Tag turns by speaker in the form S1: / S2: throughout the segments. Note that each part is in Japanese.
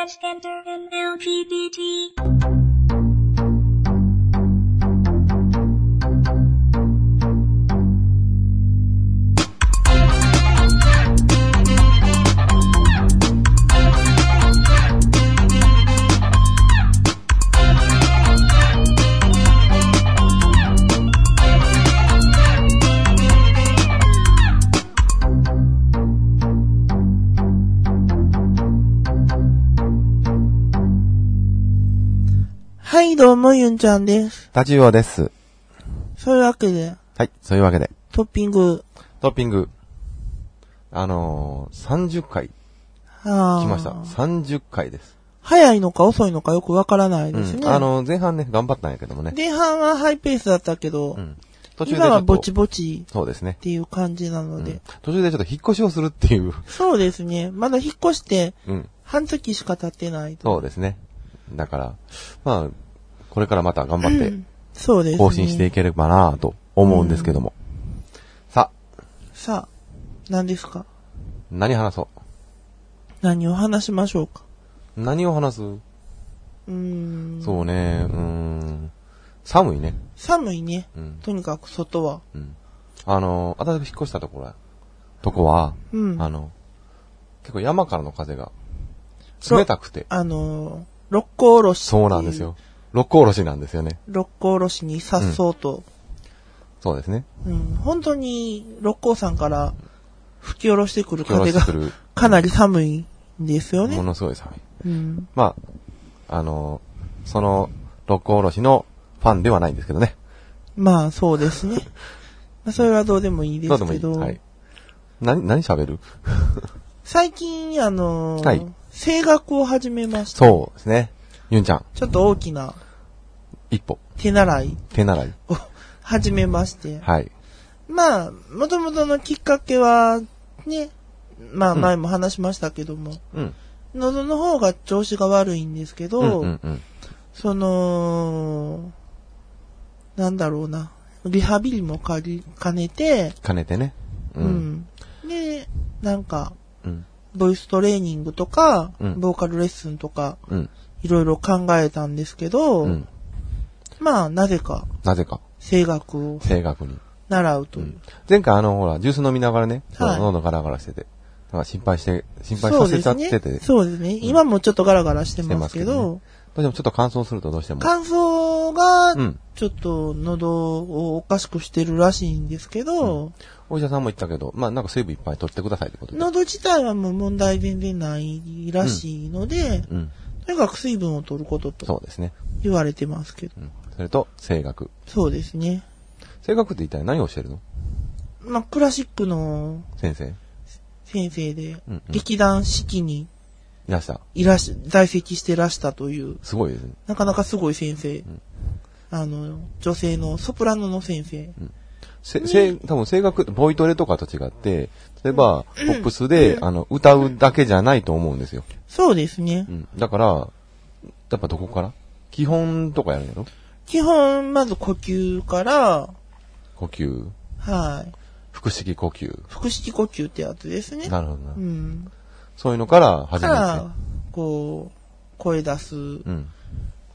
S1: transgender and LGBT.
S2: はい、どうも、ゆんちゃんです。
S3: タチウオです。
S2: そういうわけで、
S3: はい、そういうわけで。
S2: トッピング、
S3: トッピング。あのー、30回
S2: あー
S3: 来ました。30回です。
S2: 早いのか遅いのかよくわからないです
S3: うん。
S2: ね。
S3: あのー、前半ね、頑張ったんやけどもね。
S2: 前半はハイペースだったけど、
S3: うん。途中でち
S2: 今
S3: ょ
S2: は
S3: っ
S2: ぼち
S3: と、
S2: ぼち
S3: そうですね
S2: っ。ていう感じなので、
S3: うん途中でちょっと引っ越しをするっていう。
S2: そうですね。まだ引っ越して
S3: うん。
S2: 半月しか経ってないと。
S3: そうですね。だから、まあ、これからまた頑張って
S2: そうですね。
S3: 更新していければなぁと思うんですけども。さあ、
S2: さあ、何ですか
S3: 何話そ
S2: 何を話しましょうか。
S3: う何を話す
S2: うーん。
S3: そうね、うーん。寒いね。
S2: 寒いね。
S3: うん。
S2: とにかく外は。
S3: うん。あの、私が引っ越したところは、とこは、
S2: うん。
S3: あ
S2: あ
S3: の、結構山からの風が、
S2: そう
S3: 冷たくて。
S2: のー、六甲おろし。
S3: そうなんです。よ。六甲おろしなんですよね。
S2: 六甲おろしにさっそうと、
S3: そうですね。
S2: うん、本当に六甲山から吹き下ろしてくる
S3: 吹き下ろ
S2: 風
S3: して
S2: が
S3: くる。
S2: かなり寒いんですよ
S3: も
S2: ね。
S3: のすごい寒い。
S2: うん、
S3: まあ、あの、その、六甲おろしのファンではないんですけどね。
S2: まあそうです ね。まあそれはどうでもいいで
S3: どうですもい
S2: け
S3: い。
S2: ど、
S3: はい。何、何喋る
S2: 最近、あのー
S3: はい
S2: 声楽を始めました。
S3: そうですね。ゆんちゃん、
S2: ちょっと大きな
S3: 一歩、
S2: 手習い
S3: 手習い。
S2: を始めまして。
S3: はい。
S2: まあ、もともとのきっかけは、ね、まあ
S3: うん
S2: 前も話しましたけども、
S3: うん。
S2: 喉の方が調子が悪いんですけど、
S3: うんうんうん。
S2: その、なんだろうな。リハビリもかり、兼ねて、
S3: 兼ねてね。う。
S2: うんん。で、なんか、
S3: うん。
S2: ボイストレーニングとか、
S3: うん
S2: ボーカルレッスンとか、
S3: うん。
S2: いろいろ考えたんですけど、
S3: うん。
S2: まあ、なぜか、
S3: なぜか、
S2: 声楽を
S3: 正確に。
S2: 習うというう。
S3: ん前回あの、ほら、ジュース飲みながらね、
S2: はい
S3: 喉ガラガラしてて、だから心配して、心配
S2: そ
S3: さ
S2: うで
S3: せちゃ
S2: す
S3: っ
S2: ね
S3: てて、どう
S2: そうですね。今もちょっとガラガラしてますけ
S3: してますけど
S2: ど、
S3: してもちょっと乾燥するとどうしても。
S2: 乾燥が
S3: う、ん。
S2: ちょっと喉をおかしくしてるらしいんですけど、
S3: お医者さんも言ったけど、まあなんか水分いっぱい取ってくださいってことで。
S2: 喉自体はもう問題全然ないらしいので、
S3: うん。
S2: とにかく水分を取ることと
S3: そうですね。
S2: 言われてますけど。
S3: うん。それと、声楽。
S2: そうですね。
S3: 声楽って一体何をしてるの
S2: まあ、クラシックの
S3: 先生。い
S2: 先生で
S3: うん、うん
S2: 劇団四季に
S3: らした。
S2: いらし、在籍してらしたという、
S3: すごいですね。
S2: なかなかすごい先生。あの、女性のソプラノの先生。
S3: せ、せ、多分声楽って、ボイトレとかと違って、例えば、ポップスで、あの、歌うだけじゃないと思うんですよ。
S2: そうですね
S3: う。ん。だから、やっぱどこから基本とかやるんやろ
S2: 基本、まず呼吸から、
S3: 呼吸。
S2: はい。
S3: 腹式呼吸。
S2: 腹式呼吸ってやつですね。
S3: なるほどな。
S2: うん。
S3: そういうのから始
S2: か
S3: めるん
S2: ら、こう、声出す
S3: ですね。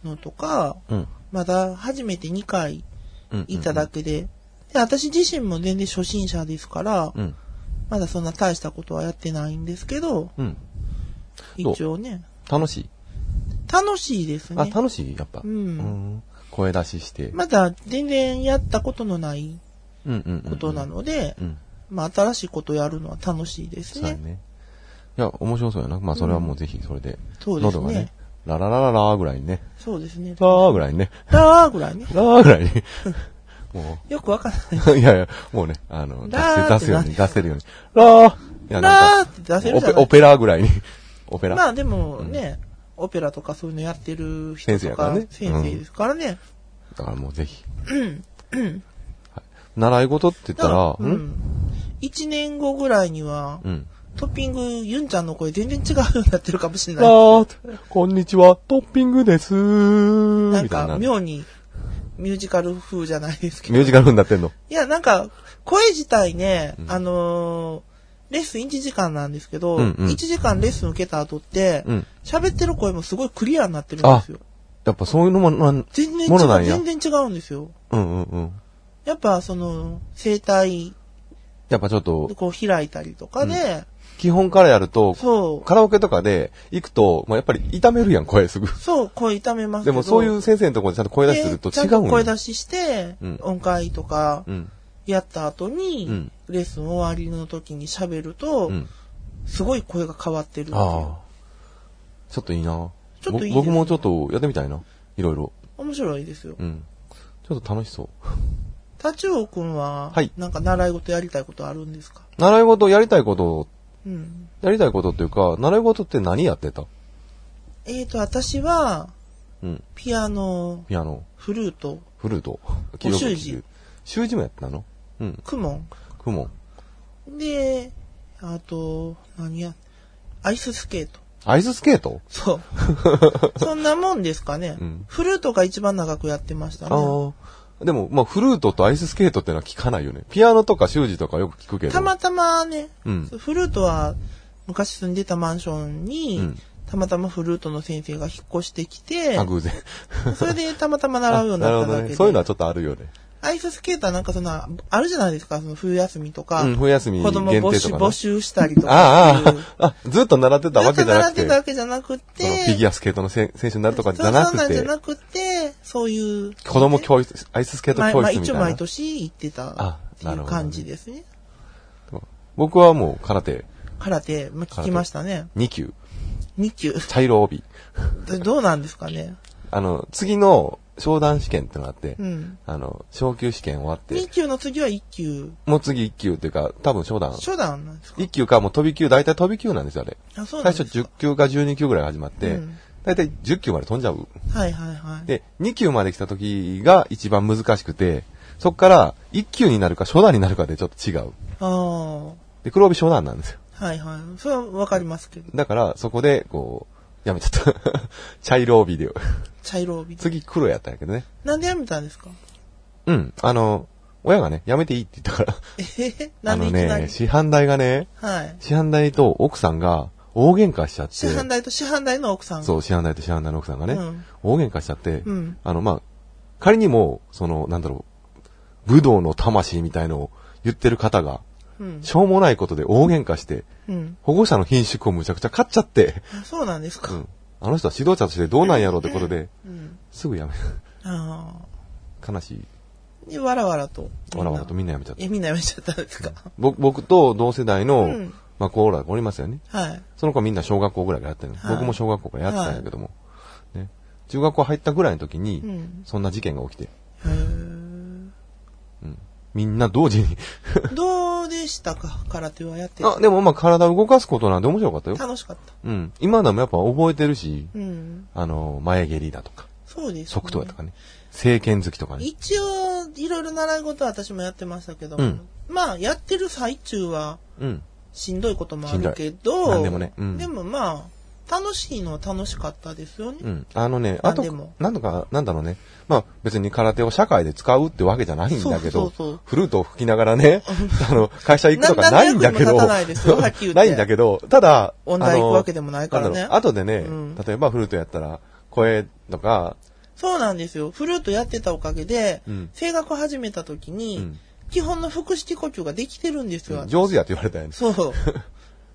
S2: のとか、
S3: うん。うん。
S2: まだ初めて2回
S3: うん。
S2: いただけで、で私自身も全然初心者ですから、
S3: うん。
S2: まだそんな大したことはやってないんですけど、
S3: うん。どう
S2: 一応ね、
S3: 楽しい
S2: 楽しいです
S3: あ、
S2: ね。
S3: 楽しいやっぱ。
S2: う
S3: うんん。声出しして。
S2: まだ全然やったことのない
S3: うんうんうん。
S2: ことなので、
S3: うん。
S2: まあ新しいことやるのは楽しいです
S3: そうや
S2: ね。
S3: ね。いや、面白そうやな。まあ、それはもうぜひ、それで。
S2: そうです
S3: 喉が
S2: ね
S3: ね。。ラララララーぐらいにね。
S2: そうですね。
S3: ラーぐらいにね。
S2: ラーぐらいね。
S3: ラー ぐらいに。も
S2: よくわからない。
S3: う。い やいや、もうね、あの、出
S2: ラ
S3: せ
S2: ー
S3: 出
S2: って
S3: すように、出せるように。ラーいや、な
S2: ラー
S3: んか
S2: って出せる
S3: オ
S2: じゃ
S3: ペ、
S2: な
S3: オ
S2: い
S3: ペラぐらいに。オペ
S2: ま
S3: ラ。
S2: あでもね、オペラとかそういうのやってる人
S3: 先生
S2: と
S3: やから
S2: か
S3: ね、
S2: 先生ですからね。
S3: だからもうぜひ。はい習い事って言ったら、
S2: う。ん。一年後ぐらいには、
S3: うん。
S2: トッピング、ユンちゃんの声全然違うようになってるかもしれない。
S3: あー、こんにちは、トッピングですー
S2: なん
S3: みたい
S2: か
S3: な、。ミュ
S2: 妙に、ミュージカル風じゃないですけど。
S3: ージカルになってんの。
S2: いや、なんか、声自体ね、あのーレッスン1時間なんですけど、
S3: うんうん
S2: 1時間レッスン受けた後って
S3: うん、
S2: 喋、ってる声もすごいクリアになってるんですよ。
S3: やっぱそういうのもなん、
S2: 全然違
S3: ものなん
S2: う、
S3: や
S2: 全然違うんですよ。
S3: うんうんうん。
S2: やっぱその、声帯
S3: やっぱちょっと、
S2: こう開いたりとかで、
S3: 基本からやると、
S2: そう、
S3: カラオケとかで行くと、まあ、やっぱり痛めるやん、声すぐ。
S2: そう、声痛めますけ
S3: で
S2: ど。
S3: もそういう先生のところでちゃんと声出しすると
S2: でちゃ
S3: 違
S2: んと
S3: うん
S2: 声
S3: や。
S2: 出しして、
S3: うん
S2: 音階とか
S3: うん。
S2: やった後に、
S3: うん
S2: レッスン終わりの時に喋ると、
S3: うん。
S2: すごい声が変わってるっていう
S3: ああ。ちょっといいな。
S2: ちょっといいですね
S3: ぼ僕もちょっとやってみたいな。いろいろ。
S2: 面白いですよ。
S3: うん。ちょっと楽しそう。
S2: タチウオくんは、
S3: はい
S2: なんか習い事やりたいことあるんですか
S3: 習い事やりたいこと、
S2: うん。
S3: やりたいことっていうか、習い事って何やってた
S2: えーと、私は、
S3: うん。
S2: ピアノ、
S3: ピアノ、
S2: フルート、
S3: フルート、
S2: 習字。
S3: 習字もやってたのうん。
S2: クモ
S3: クモン。
S2: ン。で、あと、何や、アイススケート。
S3: アイススケート
S2: そう。そんなもんですかね、
S3: うん
S2: フルートが一番長くやってましたね。
S3: ああ。でも、まあ、フルートとアイススケートってのは聞かないよね。ピアノとか習字とかよく聞くけど。
S2: たまたまね、
S3: うん
S2: フルートは昔住んでたマンションに、
S3: うん
S2: たまたまフルートの先生が引っ越してきて
S3: あ、、偶然。
S2: それでたまたま 習うようになっただけ
S3: ね。
S2: で。
S3: そういうのはちょ っとあるよね。
S2: アイススケーターなんかそんな、あるじゃないですか、その冬休みとか。
S3: うん、冬休み
S2: 子供
S3: 限定と
S2: 募集
S3: か、
S2: 募
S3: ね。
S2: 集したりとか
S3: あ
S2: って
S3: あ
S2: いう。
S3: ああ、あ、ずっと習ってたわけじゃな
S2: 習っ
S3: くて、
S2: てたわけじゃなくて
S3: そ、のフィギュアスケートのせん選手になるとかじ
S2: そ
S3: ゃ
S2: うそ
S3: な
S2: う
S3: く
S2: なんじゃ
S3: て、
S2: なくて、そういう。
S3: 子供教室、アイススケート
S2: まあ
S3: 教
S2: まあ
S3: 室み
S2: 一応
S3: たい
S2: 毎
S3: な。
S2: 年行ってた
S3: あ
S2: ってい
S3: なる
S2: う
S3: ほどね
S2: 感じですね。
S3: 僕はもう空手
S2: 空手、まあ、聞きましたね。
S3: 2級、
S2: 2級。
S3: 茶色帯。
S2: どうなんですかね。
S3: あの、次の商談試験ってのがあって、
S2: うん。
S3: あの、昇級試験終わっ
S2: 2
S3: て、
S2: 級の次は1級。
S3: もう次1級っていうか、多分商談、
S2: 初段なんですか
S3: 1級かもう飛び級、大体飛び級なんですよ、あれ。
S2: あ、そうな
S3: 最
S2: んで
S3: 初
S2: すか
S3: 10級か12級ぐらいが始まって、
S2: うん
S3: 大体10級まで飛んじゃう。
S2: はいはいはい。
S3: で、2級まで来た時が一番難しくて、そっから1級になるか初段になるかでちょっと違う。
S2: ああ。
S3: で、黒帯初段なんですよ。
S2: はいはい。それはわかりますけど。
S3: だから、そこで、こう、やめちゃった。 茶色帯で。
S2: 茶色帯。
S3: 次黒やったんやけどね。
S2: なんでやめたんですか
S3: うん。あの、親がね、やめていいって言ったから。
S2: えへへな
S3: あ
S2: んで
S3: の
S2: いきなり、
S3: ね、市販代がね、
S2: はい。
S3: 市販代と奥さんが大喧嘩しちゃって。
S2: 市販代と市販代の奥さん。
S3: そう、市販代と市販代の奥さんがね、
S2: うん
S3: 大喧嘩しちゃって、
S2: うん
S3: あの、まあ、仮にも、その、なんだろう、武道の魂みたいのを言ってる方が、
S2: うん。
S3: しょうもないことで大喧嘩して、
S2: うん。
S3: 保護者の品種をむちゃくちゃ買っちゃって、
S2: あそうなんですか。
S3: うんあの人は指導者としてどうなんやろうってことで、
S2: うん。
S3: すぐやめ、
S2: あ
S3: 悲し
S2: あ。で、わらわらと。
S3: い。わらわらとみんなやめちゃった。
S2: え、みんなやめちゃったんですか。
S3: 僕僕と同世代の、
S2: うん
S3: まあ、コーラがおりますよね。
S2: はい。
S3: その子はみんな小学校ぐらいからやってるの、
S2: はい
S3: 僕も小学校からやってたんやけども。ね、中学校入ったぐらいの時に、
S2: うん
S3: そんな事件が起きて、
S2: へー
S3: みんな同時に。
S2: どうでしたか空手はやって。
S3: あ、でもまあ体を動かすことなんで面白かったよ。
S2: 楽しかった。
S3: うん。今でもやっぱ覚えてるし、
S2: うん。
S3: あの、前蹴りだとか、
S2: そうです、ね。
S3: 側頭やとかね、正拳突きとかね。
S2: 一応、いろいろ習い事は私もやってましたけど、
S3: うん
S2: まあ、やってる最中は、
S3: うん。
S2: しんどいこともあるけ
S3: しんど
S2: ど、
S3: い何でもねうん
S2: でもまあ、楽しいのは楽しかったですよね。
S3: うん。あのね、
S2: な
S3: あ
S2: ん
S3: と
S2: でも、
S3: なんとか、なんだろうね。まあ別に空手を社会で使うってわけじゃないんだ
S2: そ
S3: け
S2: う
S3: ど
S2: そうそう、
S3: フルートを吹きながらね、あの、会社行くとか
S2: な
S3: ないんだけ
S2: 何の役にも立た
S3: ど、
S2: ないですよはっきり言って
S3: ないんだけど、ただ、
S2: 音大
S3: あの
S2: 行くわけでもないからね
S3: んだろう後でね
S2: うん、
S3: 例えばフルートやったら、声とか、
S2: そうなんですよ。フルートやってたおかげで、
S3: うん
S2: 声楽始めた時に、
S3: うん
S2: 基本の腹式呼吸ができてるんですよ。
S3: 上手やって言われたよね。
S2: そう。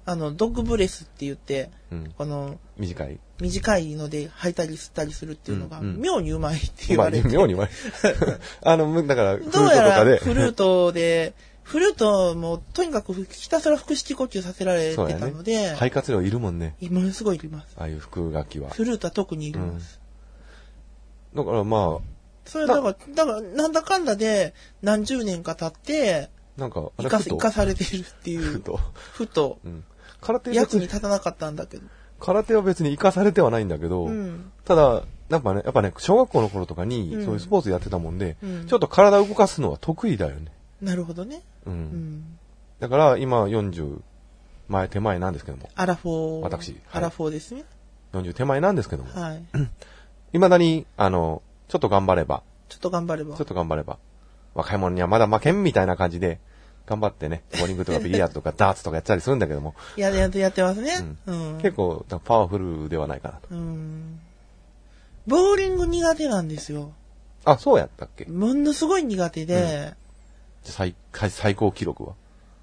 S2: あの、ドッグブレスって言って、
S3: うん
S2: この、
S3: 短い。
S2: 短いので吐いたり吸ったりするっていうのが、
S3: うんうん
S2: 妙にうまいって言われて。
S3: まあ妙にうまい。あの、むだから、フルー ト
S2: ど
S3: と
S2: うや
S3: からで。
S2: フルートで、フルートもとにかくひたすら腹式呼吸させられて
S3: そうや
S2: たので、
S3: ね。肺活量いるもんね。
S2: ものすごいいります。
S3: ああいう副楽器は。
S2: フルートは特にいります。
S3: だからま
S2: それだから、だから、なんだかんだで何十年か経って、
S3: あ、なんか、
S2: 生
S3: あれ、
S2: か
S3: ふ
S2: す生
S3: と、
S2: かされてるってい
S3: ふ
S2: う、
S3: と。
S2: ふと、
S3: うん。空手は
S2: 役
S3: 別
S2: に
S3: に、
S2: 立たなかったんだけど。
S3: 空手は別に生かされてはないんだけど、
S2: うん
S3: ただ、やっぱね、やっぱね、小学校の頃とかに
S2: うん、
S3: そういうスポーツやってたもんで、
S2: うん
S3: ちょっと体を動かすのは得意だよね。
S2: なるほどね。
S3: うん。
S2: うん。
S3: だから、今、40前手前なんですけども、
S2: アラフォー。
S3: 私はい
S2: アラフォーですね。
S3: 40手前なんですけども、
S2: はい。
S3: 未だに、あの、ちょっと頑張れば、
S2: ちょっと頑張れば
S3: ちょっ。と頑張れば、若い者にはまだ負けんみたいな感じで、頑張ってね、ボーリングとかビリヤードとかダーツとかやったりするんだけども、
S2: や、やって、やってますね。うん。
S3: 結構パワフルではないかなと。
S2: うん。ボーリング苦手なんですよ。
S3: あ、そうやったっけ
S2: ものすごい苦手で、
S3: 最、最高記録は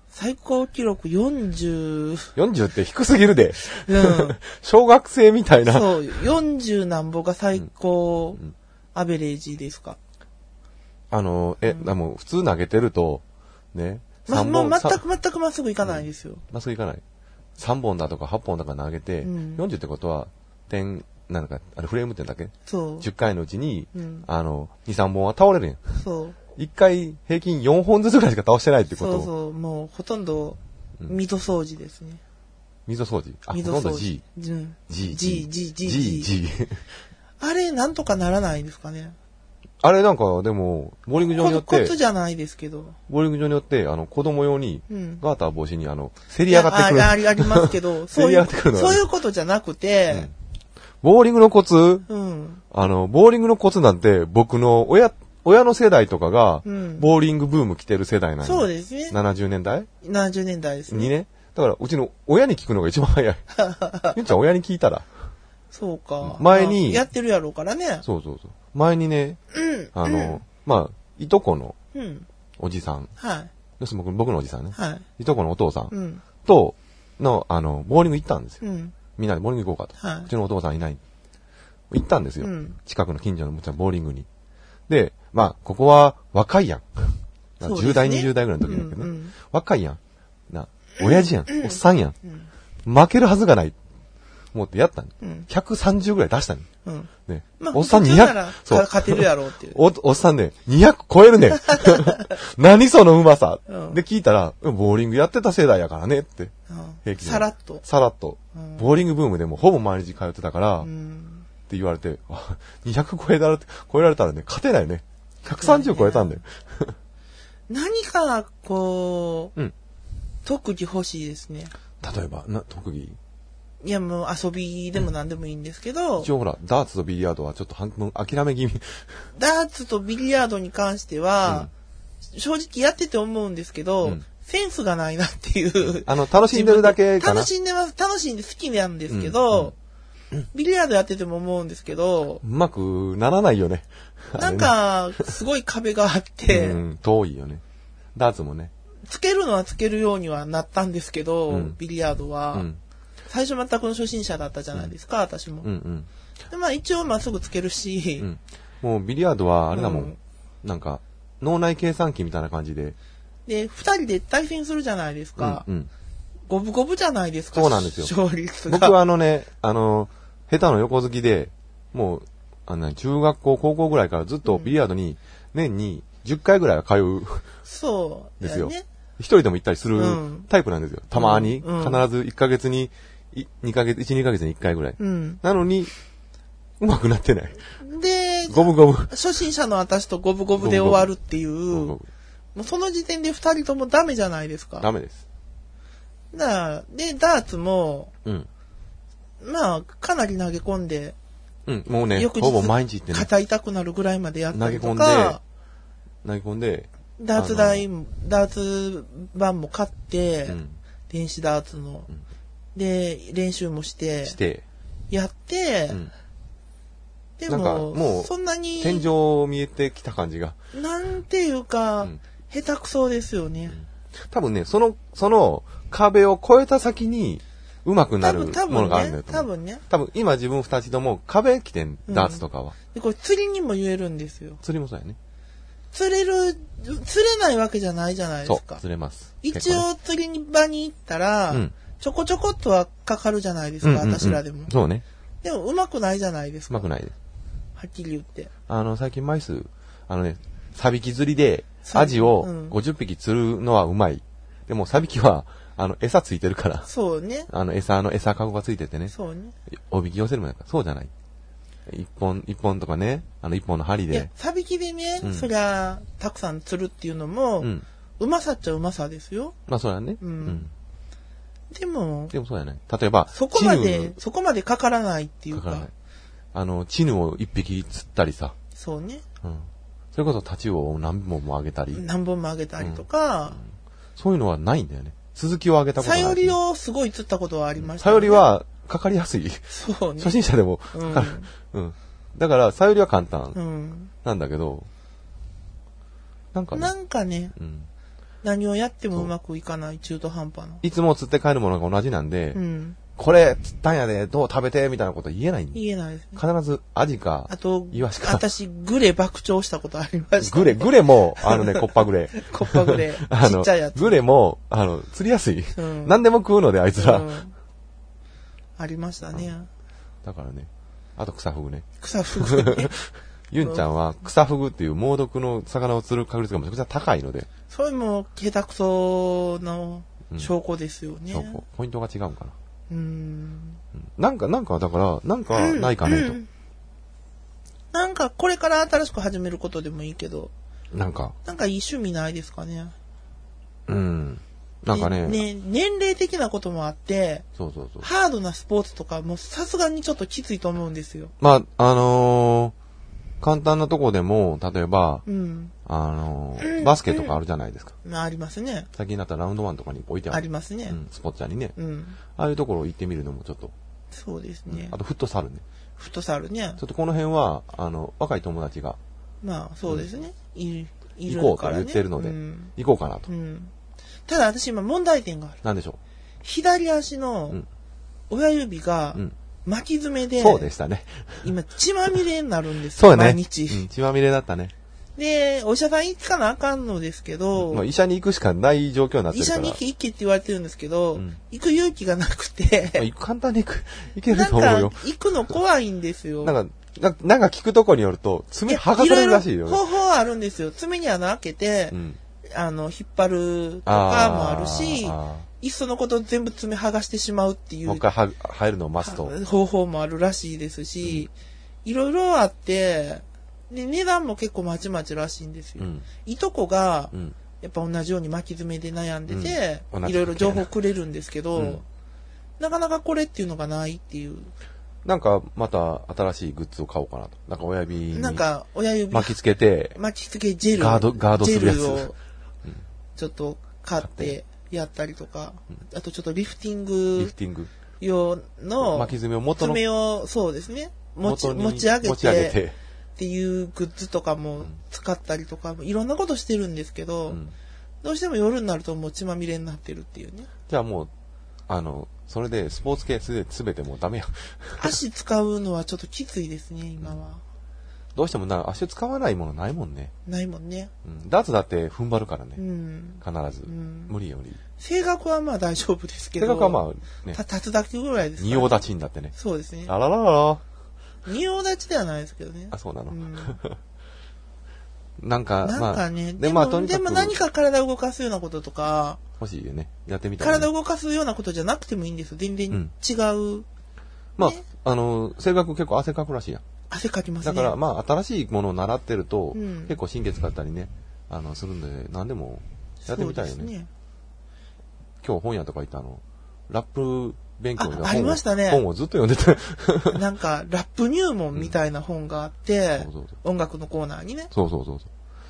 S2: 最高記録40、
S3: ?40 って低すぎるで。
S2: うん。
S3: 小学生みたい な。
S2: そう、40何ぼが最高、アベレージですか。
S3: あの、え、でも普通投げてると、ね、
S2: ま、
S3: 三
S2: もう全
S3: さ
S2: く全くまっすぐいかないですよ。
S3: まっすぐいかない。3本だとか8本だとか投げて、
S2: うん
S3: 40ってことは、点、なんか、あれフレームってんだっけ
S2: そう。
S3: 10回のうちに、
S2: うん
S3: あの、2、3本は倒れるやん。
S2: そう。
S3: 1回平均4本ずつぐらいしか倒してないってこ
S2: そ
S3: と。
S2: うそう。もうほとんど、
S3: うん
S2: 溝掃除ですね。
S3: 溝掃除。あ、ほ
S2: 溝
S3: とん
S2: 掃
S3: ど
S2: 除。
S3: G。
S2: うん。
S3: G、
S2: G、G、G、G。
S3: G、G。
S2: あれ、なんとかならないんですかね。
S3: あれなんか、でも、ボーリング場によ
S2: コ
S3: っ
S2: コ
S3: て、
S2: ツじゃないですけど。
S3: ボーリング場によって、あの、子供用に、
S2: うん。
S3: ガーター防止に、あの、競り上がってく
S2: い
S3: る
S2: や。ああありますけ ど、そう
S3: 競
S2: い
S3: り上が
S2: う、
S3: ってくるのは
S2: そういうことじゃなくて、
S3: ボーリングのコツ
S2: うん。
S3: あの、ボーリングのコツなんて、僕の親、親の世代とかが、
S2: うん
S3: ボーリングブーム来てる世代なんよ
S2: そうですね。
S3: 70年代
S2: 70年代です
S3: に
S2: ね。
S3: ね。だから、うちの親に聞くのが一番 早い。ゆうちゃん親に聞いたら。
S2: そうか。
S3: 前に
S2: まあやってるやろうからね。
S3: そうそうそう。前にね、あの、まあ、いとこの
S2: うん。
S3: おじさん、
S2: はい。
S3: 要するに僕僕のおじさんね、
S2: はい。
S3: いとこのお父さん
S2: うん。
S3: と、の、あの、ボーリング行ったんですよ。
S2: うん。
S3: みんなでボーリング行こうかと。
S2: はいう
S3: ちのお父さんいない。行ったんですよ。
S2: うん
S3: 近くの近所のもちゃんボーリングに。で、まあ、ここは若いやん。まあ
S2: そうですね
S3: 10代、20代ぐらいの時だけど
S2: う
S3: ね。
S2: んうん
S3: 若いやん。な、親父やん。おっさんやん。負けるはずがない。思ってやったの。
S2: うん
S3: 130ぐらい出したの。
S2: うん。
S3: ね。
S2: まあ、
S3: おっさん
S2: 普通なら
S3: 200。そう。
S2: 勝てるやろうっていう。
S3: お、おっさんね、200超え るね。何そのうまさ、
S2: うん
S3: で、聞いたら、うんボーリングやってた世代やからねって。
S2: うん
S3: 平気で
S2: さらっと。
S3: さらっと。
S2: うん
S3: ボーリングブームでもうほぼ毎日通ってたから、
S2: う
S3: っ
S2: ん。
S3: て言われて、あ200超えたら、超えられたらね、勝てないね。130超えたんだよ。
S2: 何か、こう、
S3: うん
S2: 特技欲しいですね。
S3: 例えば、な、特技
S2: いや、もう遊びでも何でもいいんですけど、
S3: 一応ほら、ダーツとビリヤードはちょっと半分諦め気味。
S2: ダーツとビリヤードに関しては、正直やってて思うんですけど、
S3: うん
S2: センスがないなっていう。
S3: あの、楽しんでるだけかな。
S2: 楽しんでます。楽しんで好きなんですけど、ビリヤードやってても思うんですけど
S3: う、まくならないよね。
S2: なん
S3: あ
S2: か、すごい壁があっ
S3: れね、
S2: て、
S3: うん、遠いよね。ダーツもね。
S2: つけるのはつけるようにはなったんですけど、
S3: うん
S2: ビリヤードは、
S3: うん。
S2: 最初全くの初心者だったじゃないですか、私も。
S3: うんうん。
S2: でまあ一応まっすぐつけるし、
S3: うん。もうビリヤードはあれだもん。
S2: うん
S3: なんか、脳内計算機みたいな感じで。
S2: で、二人で対戦するじゃないですか。
S3: うん、うん。
S2: 五分五分じゃないですか。
S3: そうなんですよ
S2: 勝率が。
S3: 僕はあのね、あの、下手の横好きで、もう、あの、中学校、高校ぐらいからずっとビリヤードに、年に10回ぐらいは通う
S2: そう。
S3: ですよ
S2: だね。
S3: 一人でも行ったりする
S2: うん
S3: タイプなんですよ。たまに、
S2: うんうん
S3: 必ず1ヶ月に、い2ヶ月、1、2ヶ月に1回ぐらい。
S2: うん。
S3: なのに、うまくなってない。
S2: で、
S3: ゴブゴブ。
S2: 初心者の私と五分五分で終わるっていう、
S3: ゴブゴ
S2: もうその時点で二人ともダメじゃないです
S3: ブ
S2: か。
S3: ダメです。
S2: だからで、ダーツも、
S3: うん。
S2: まあ、かなり投げ込んで、
S3: うん、もうね、
S2: 翌日、
S3: ほぼ毎日行ってね、
S2: 肩痛くなるぐらいまでやったりと
S3: 投げ込んで
S2: か、
S3: 投げ込んで、
S2: ダーツ台も、ダーツ版も買って、
S3: うん、
S2: 電子ダーツの。
S3: ん
S2: で、練習もして、
S3: して、
S2: やって、
S3: うん。
S2: で
S3: なんか
S2: も、
S3: もう
S2: そんなに、
S3: 天井見えてきた感じが。
S2: なんていうか、
S3: うん
S2: 下手くそですよね。
S3: 多分ね、その、その壁を越えた先に、うまくな
S2: 多
S3: る
S2: 分、多
S3: もの
S2: 分
S3: があるん
S2: ね
S3: だよ、と
S2: 多
S3: 思う。
S2: 分ね。
S3: 多分、今自分二人とも壁来てん、
S2: うん
S3: ダーツとかは。
S2: で、これ釣りにも言えるんですよ。
S3: 釣りもそうやね。
S2: 釣れる、釣れないわけじゃないじゃないで
S3: そ
S2: す
S3: う、
S2: か。
S3: 釣れます。
S2: 一
S3: 結構ね、
S2: 応釣り場に行ったら、
S3: うん
S2: ちょこちょこっとはかかるじゃないですか、
S3: うんうんうん
S2: 私らでも。
S3: そうね。
S2: でも、うまくないじゃないです
S3: う
S2: か。
S3: まくないです。
S2: はっきり言って。
S3: あの、最近枚数、あのね、サビキ釣りで、
S2: サビ
S3: アジを
S2: うん
S3: 50匹釣るのはうまい。でも、サビキは、あの、餌ついてるから、
S2: そうね。
S3: あの、餌の餌かごがついててね、
S2: そうね。
S3: おびき寄せるもんやから、そうじゃない。一本、一本とかね、あの、一本の針
S2: いや
S3: で、、
S2: サビキでね、
S3: うん
S2: そりゃ、たくさん釣るっていうのも、
S3: う。
S2: うんまさっちゃうまさですよ。
S3: まあ、そうやね。
S2: うん
S3: うん
S2: でも、
S3: でもそうやね。例えば、
S2: そこま
S3: チヌ
S2: で、そこまでかからないっていう
S3: か
S2: か、
S3: からない。あの、チヌを一匹釣ったりさ、
S2: そうね。
S3: うん。それこそタチウオを何本もあげたり、
S2: 何本もあげたりとか、
S3: そういうのはないんだよね。続きを上げたこと
S2: さ
S3: ない。
S2: よりをすごい釣ったことはありました、
S3: さより、は、かかりやすい。
S2: そうね
S3: 初。心者でも、
S2: うん
S3: かかるうん。だから、さよりは簡
S2: う
S3: 単
S2: ん。
S3: なんだけど、なんかね
S2: な、んかね、
S3: うん。
S2: 何をやってもうまくいかない中途半端な。
S3: いつも釣って帰るものが同じなんで、
S2: うん。
S3: これ釣ったんやで、どう食べて、みたいなこと言えないんで
S2: 言えないですね。
S3: 必ずアジか
S2: あ、と、
S3: イワシか
S2: 私、グレ爆調したことありました。
S3: グレ、グレも、あ のね、コッパグレ。。
S2: コッパグレ
S3: あ
S2: ち
S3: の
S2: っちゃいや、つ。
S3: グレも、あの、釣りやすい。
S2: うん
S3: 何でも食うので、あいつら。
S2: うんありましたね。
S3: だからね。あと、草フグね。
S2: 草ふぐ ね。
S3: ユンちゃんは、草フグっていう猛毒の魚を釣る確率がめちゃくちゃ高いので、
S2: それも、下手くその証拠ですよね。
S3: 証拠。ポイントが違うんかな。
S2: うん。
S3: なんか、なんか、だから、なんか、ないか
S2: う
S3: ね
S2: んなんか、これから新しく始めることでもいいけど、
S3: と。なんか、
S2: なんかいい趣味ないですかね。
S3: うん。なんかね、
S2: ね年齢的なこともあって、
S3: そうそうそう。
S2: ハードなスポーツとかもさすがにちょっときついと思うんですよ。
S3: まあ、あのー簡単なとこでも、例えば、
S2: うん。
S3: あのーバスケとかあるじゃないですか。
S2: まあ、ありますね。
S3: 最近だったらラウンドワンとかに置いてある。
S2: ありますね
S3: う。ん、スポッチャーにね。
S2: うん。
S3: ああいうところ行ってみるのもちょっと。
S2: そうですね
S3: あ。と、フットサルね。
S2: フットサルね
S3: ちょ。っとこの辺は、あの、若い友達が
S2: まあ、そうですね。いる、い
S3: 行
S2: る
S3: こう
S2: か
S3: と
S2: らね
S3: 言ってるので、
S2: うん。
S3: 行こうかなと
S2: う。ん。ただ私今問題点がある。
S3: なんでしょ
S2: 左足
S3: う
S2: の
S3: ん
S2: 親指が
S3: う。うん。
S2: 巻き爪で、
S3: そうでしたね。
S2: 今、血まみれになるんです
S3: そ
S2: よ。
S3: うね。
S2: 毎日、
S3: うん血まみれだったね。
S2: で、お医者さん行かなあかんのですけど、
S3: まあ、医者に行くしかない状況になって
S2: 医
S3: るか
S2: 者
S3: ら。
S2: に行け行けって言われてるんですけど、
S3: うん
S2: 行く勇気がなくて、
S3: まあ行く簡単に行く、行ける
S2: なん
S3: と思うよ
S2: か。行くの怖いんですよ。
S3: なんか、ななんか聞くとこによると、
S2: い
S3: 爪
S2: や
S3: 剥がされるらしいよ
S2: ろ
S3: ね。
S2: ろ方法はあるんですよ。爪に穴開けて、
S3: うん。
S2: あの、引っ張るとかも
S3: あ
S2: あ
S3: ー
S2: るし、
S3: あ
S2: いっそのこと全部爪剥がしてしまうってい
S3: ー
S2: う
S3: もう一回は入るのを待つと。
S2: 方法もあるらしいですし、いろいろあって、で、値段も結構まちまちらしいんです
S3: う
S2: よ。
S3: ん。
S2: いとこが
S3: う、ん。
S2: やっぱ同じように巻き爪で悩んでて、
S3: うん同じ
S2: いろいろ情報くれるんですけど、
S3: うん
S2: なかなかこれっていうのがないっていう。
S3: なんか、また新しいグッズを買おうかなと。なんか親指に
S2: なんか、親指
S3: 巻きつけて、
S2: 巻きつけジェル。
S3: ガードガードするやつ
S2: ジェルを、ちょっと買ってやったりとか、あとちょっとリフティン
S3: リフ
S2: グ
S3: ティング。
S2: 用の
S3: 巻き爪を元の
S2: 爪を、そうですね。持ち、
S3: 元に
S2: 持ち上げ
S3: 持ち上げ
S2: て、
S3: て。
S2: っていうグッズとかも使ったりとか、いろんなことしてるんですけど、
S3: うん
S2: どうしても夜になるともう血まみれになってるっていうね。
S3: じゃあもう、あの、それでスポーツ系すべすべてもうダメや。
S2: 足使うのはちょっときついですね、今は。
S3: どうしてもな、足を使わないものないもんね。
S2: ないもんね。
S3: うん、ダーツだって踏ん張るから
S2: う
S3: ね。
S2: ん。
S3: 必ず。
S2: うん
S3: 無理より。
S2: 性格はまあ大丈夫ですけ
S3: 性
S2: ど。
S3: 格はまあね
S2: た、、立つだけぐらいですから
S3: 仁王立ちになってね。
S2: そうですね。
S3: あらららら。
S2: 仁王立ちではないですけどね
S3: あ、。そうなの。
S2: うん
S3: なんか、
S2: なんかね、
S3: まあ、
S2: で
S3: で、
S2: も、
S3: まあ、とにか
S2: で
S3: く、
S2: も何か体を動かすようなこととか、
S3: 欲しいよね。やってみたい、ね。
S2: 体を動かすようなことじゃなくてもいいんですよ。全然違う。
S3: まあ
S2: ね、
S3: あの、性格結構汗かくらしいやん。
S2: 汗かきます
S3: だ
S2: ね。
S3: から、まあ、新しいものを習ってると、
S2: うん
S3: 結構神経使ったりね、あの、するんで、何でもやってみたいよ
S2: そう
S3: ね。
S2: ですね。
S3: 今日本屋とか行ったあの、ラップ勉強
S2: あ
S3: が本を
S2: ありましたね
S3: 本をずっと読んでて。
S2: なんか、ラップ入門みたいな本があって
S3: そう、そうそう
S2: 音楽のコーナーにね。
S3: そうそうそうそう。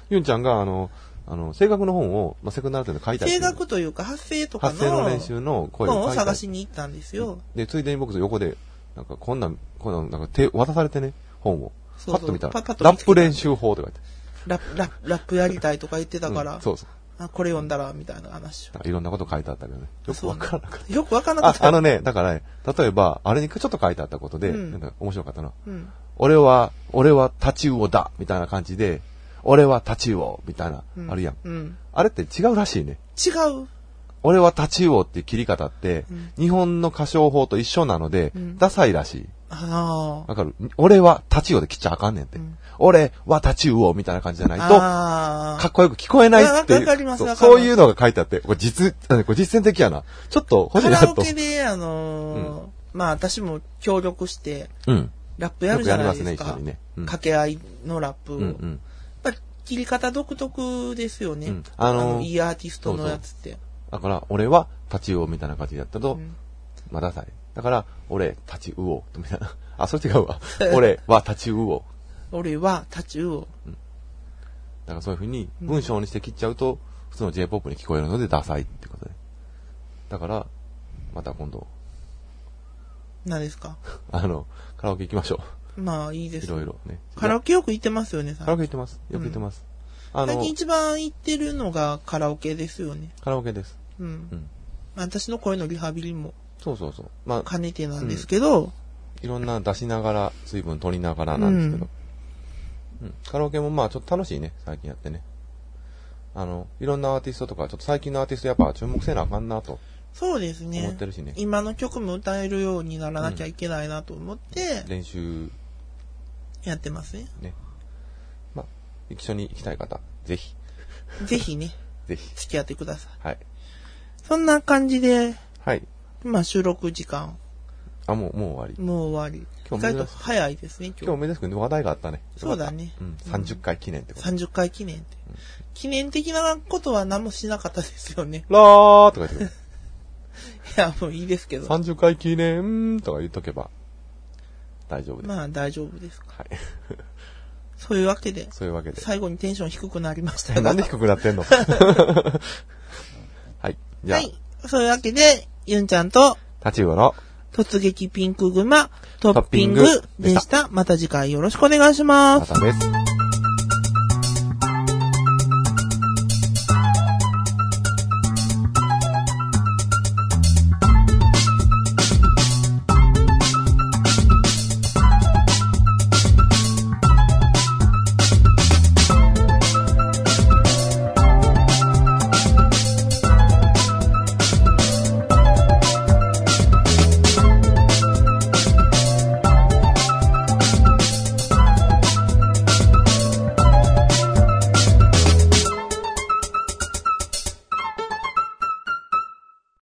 S3: ユンちゃんが、あの、あの、声楽の本を、まあ、セクナルテで書いたり
S2: 声楽というか発声とか
S3: 発声の練習
S2: の
S3: の声
S2: 本
S3: を書
S2: を
S3: いた
S2: 探
S3: り
S2: しに行ったんですよ。
S3: で、ついでに僕横で、なんかこんなん、こんなん、なんか手、渡されてね、本を。
S2: そうそう
S3: パッと見たら、
S2: パッパッと見つ
S3: ラッ
S2: け
S3: プ
S2: た
S3: 練習法とか言って。
S2: ラップ、ラップラップやりたいとか言ってたから、
S3: うんそうそう。
S2: あこれ読んだら、みたいな話を
S3: なんかいろんなこと書いてあったけどね。よくわからなかっ
S2: よくわかんなか
S3: た。あ
S2: っ、た。
S3: あのね、だからね、例えば、あれにちょっと書いてあったことで、
S2: うん
S3: なんか面白かったな。
S2: うん。
S3: 俺は、俺はタチウオだみたいな感じで、俺はタチウオみたいな
S2: う、
S3: あるやん。
S2: うん。
S3: あれって違うらしいね。
S2: 違う。
S3: 俺はタチウオっていう切り方って、
S2: うん
S3: 日本の歌唱法と一緒なので、
S2: うん
S3: ダサいらしい。
S2: ああ。
S3: わかる俺はタチウオで切っちゃあかんねんって。
S2: うん
S3: 俺はタチウオみたいな感じじゃないと、か
S2: あ
S3: っこよく聞こえないってい
S2: あわかります
S3: う。そう
S2: わかり
S3: そ
S2: ます
S3: ういうのが書いてあって、これ実、うんこれ実践的やな。ちょっと
S2: あ。
S3: 欲しい
S2: カ
S3: な
S2: ラオ
S3: と。
S2: ケで、あのーまあ私も協力して、
S3: うん。
S2: ラップやるじゃないです
S3: よくやりますね一
S2: か。
S3: 緒にねうん
S2: 掛け合いのラップを。
S3: うんう
S2: やっ
S3: ん。
S2: ぱり切り方独特ですよね。
S3: うんあのー
S2: いいアーティストのやつって。
S3: だから、俺はタチウオみたいな感じでやったと、
S2: うん
S3: まあダサい。だから、俺、タチウオ、みたいな。 あ、それ違うわ。俺はタチウオ。
S2: 俺はタチウオ。
S3: だからそういうふうに文章にして切っちゃうと、普つの J-POP に聞こえるのでダサいってことで。だから、また今度、
S2: 何ですか
S3: あの、カラオケ行きましょ
S2: まあ、いいで
S3: う。い
S2: す。
S3: ろいろね。
S2: カラオケよく行ってますよね、さ
S3: カラオケ行ってます。よく行ってます。あ
S2: 最
S3: の
S2: 近、一番行ってるのがカラオケですよね。
S3: カラオケです。
S2: うん。
S3: うん。
S2: 私の声のリハビリも
S3: そうそうそう。まあ、
S2: 兼ねてなんですけど、
S3: いろんな出しながら、水分取りながらなんですけど。うん。カラオケもまあ、ちょっと楽しいね、最近やってね。あの、いろんなアーティストとか、ちょっと最近のアーティストやっぱ注目せなあかんなと
S2: そうです
S3: 思っ
S2: ね
S3: て。るしね。
S2: 今の曲も歌えるようにならなきゃいけないなと思って
S3: 練習
S2: やってますね。
S3: ね。まあ、一緒に行きたい方、ぜひ、
S2: ぜひね、
S3: ぜひ。
S2: 付き合ってください。
S3: はい。
S2: そんな感じで、
S3: はい。
S2: まあ収録時間、
S3: あ、もう、もう終わり。
S2: もう終わり。
S3: 今
S2: 意
S3: 日珍
S2: 外
S3: しい
S2: と早いですね、
S3: 今
S2: 今
S3: 日、
S2: 日。
S3: めでしく話題があったね。
S2: そうだね
S3: うん。30回記念ってこと。
S2: 30回記念って。記念的なことは何もしなかったですよね。
S3: ラーとか言ってく る。
S2: いや、もういいですけど。
S3: 30回記念とか言っとけば、大丈夫です。
S2: まあ大丈夫ですか。
S3: はい。
S2: そういうわけで、
S3: そういうわけで。
S2: 最後にテンション低くなりましたが
S3: なんで低くなってんのはい。じゃあ
S2: は、い。そういうわけで、ゆんちゃんと、
S3: 立ちうの、
S2: 突撃ピンクグマ、トッピン
S3: トッ
S2: グ
S3: ピング
S2: で
S3: で
S2: した。また次回よろしくお願いします
S3: ま。たです。